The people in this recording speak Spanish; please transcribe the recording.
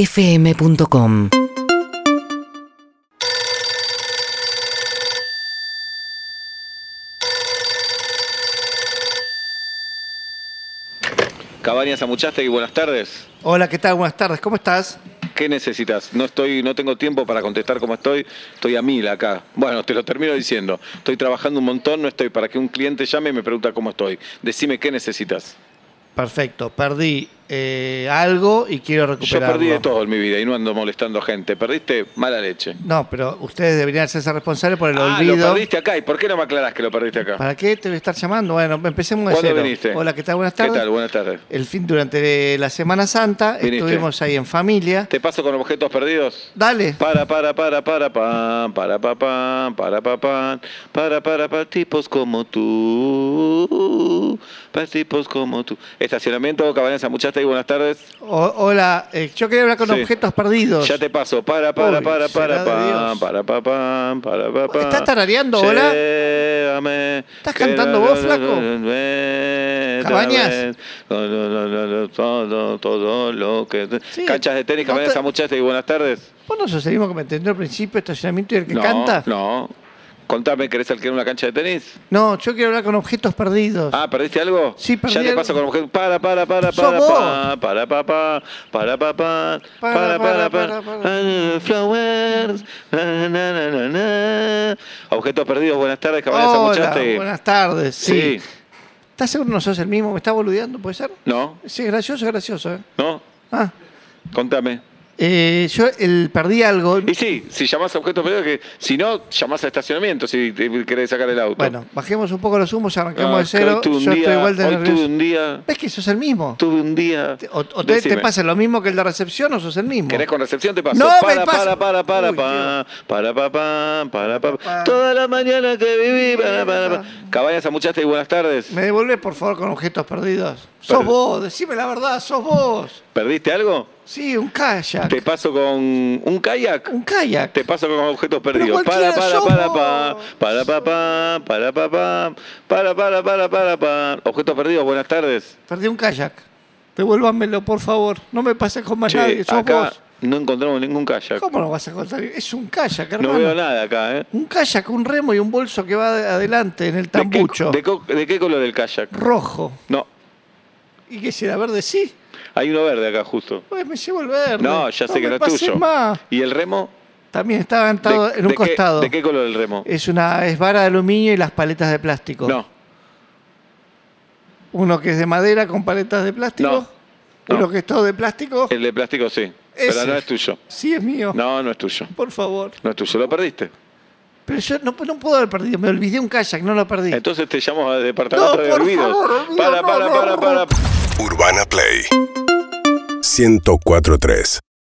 urbanaplayfm.com Cabañas Amuchaste y buenas tardes. Hola, ¿qué tal? Buenas tardes, ¿cómo estás? ¿Qué necesitas? No estoy, no tengo tiempo para contestar cómo estoy, estoy a mil acá. Bueno, te lo termino diciendo. Estoy trabajando un montón, no estoy para que un cliente llame y me pregunta cómo estoy. Decime qué necesitas. Perfecto, perdí eh, algo y quiero Yo recuperarlo. perdí de todo en mi vida y no ando molestando a gente. Perdiste mala leche. No, pero ustedes deberían hacerse responsables por el Ah, lo olvido. perdiste acá. ¿Y por qué no me aclarás que lo perdiste acá? ¿Para qué te voy a estar llamando? Bueno, empecemos de ¿Cuándo cero. viniste? Hola, ¿qué tal? Buenas ¿Qué tardes. tal? Buenas tardes. El fin durante la Semana Santa Viniste. estuvimos ahí en familia. ¿Te paso con objetos perdidos? Dale. Para, para, para, para, pan, para, pa, pan, para, pa, pan, para, para, para, tipos como tú, para tipos como tú. Estacionamiento, cabañas, muchas y buenas tardes. O- hola, eh, yo quería hablar con Sí. objetos perdidos. Ya te paso, para, para, Uy, para, para, será de pan, Dios. para, pa, pan, para, pa, pan. ¿Estás tarareando, hola? Llévame. ¿Estás cantando vos, flaco? ¿Cabañas? Todo, todo, todo, todo lo que... Sí. Canchas de tenis, No cabañas, te- muchas y buenas tardes. Vos no sos el mismo que me entendió al principio, estacionamiento y el que no, canta. No. Contame, ¿querés alquilar una cancha de tenis? No, yo quiero hablar con objetos perdidos. Ah, ¿perdiste algo? Sí, perdí Ya te algo. paso con mujer. Para, para, para, Sos para, vos. pa, para, pa, pa, para, pa, pa, para, Para, para, para, para, para, Ah, Flowers. na, na, na, na, na. Objetos perdidos, buenas tardes, caballeros Hola, amuchaste. buenas tardes. Sí. Sí. ¿Estás seguro no sos el mismo? ¿Me está boludeando? ¿Puede ser? ¿No? Sí, gracioso, gracioso. ¿eh? ¿No? Ah, Contame. eh, yo el, perdí algo. Y sí, si llamás a objetos perdidos, que si no, llamás a estacionamiento si te querés sacar el auto. Bueno, bajemos un poco los humos, arranquemos Ah, de cero. hoy tuve Yo un estoy día- igual de hoy tuve nervioso. un día, ¿Ves que sos el mismo? tuve un día. ¿O, o te, te Decime. pasa lo mismo que el de recepción o sos el mismo? ¿Querés con recepción? Te paso. No, me para, pasa. para, para, para, Uy, pa, para, pa, pa, para, pa, Pa. Toda la mañana que viví, para, para, pa. Cabañas Amuchaste y buenas tardes. ¿Me devolvés, por favor, con objetos perdidos? Pero- Sos vos, decime la verdad, sos vos. ¿Perdiste algo? Sí, un kayak. Te paso con un kayak. Un kayak. Te paso con objetos perdidos. Para, cualquiera para, somos. para, pa, para, pa, pa, para, pa, pa, para, para, para, para, pa. Objetos perdidos, buenas tardes. Perdí un kayak. Devuélvamelo, por favor. No me pases con más Che, nadie, sos acá vos. no encontramos ningún kayak. ¿Cómo lo vas a contar? Es un kayak, hermano. No veo nada acá, ¿eh? Un kayak, un remo y un bolso que va de- adelante en el ¿De qué- tambucho. ¿De co- de qué color el kayak? Rojo. No, ¿Y qué será verde? Sí. hay uno verde acá justo. Pues me llevo el verde. No, ya sé que me no es pases tuyo. más. ¿Y el remo? También está aventado ¿De- en de un qué- costado. ¿De qué color el remo? Es una es vara de aluminio y las paletas de plástico. No, Uno que es de madera con paletas de plástico. No, no. Uno que es todo de plástico. el de plástico sí. Pero Ese. no es tuyo. Sí, es mío. No, no es tuyo. Por favor. No es tuyo, lo perdiste. Pero yo no, no puedo haber perdido. Me olvidé un kayak, no lo perdí. Entonces te llamo al departamento No, de por olvidos. favor, olvido, para, no, para, no, para, no. para. Urbana Play 1043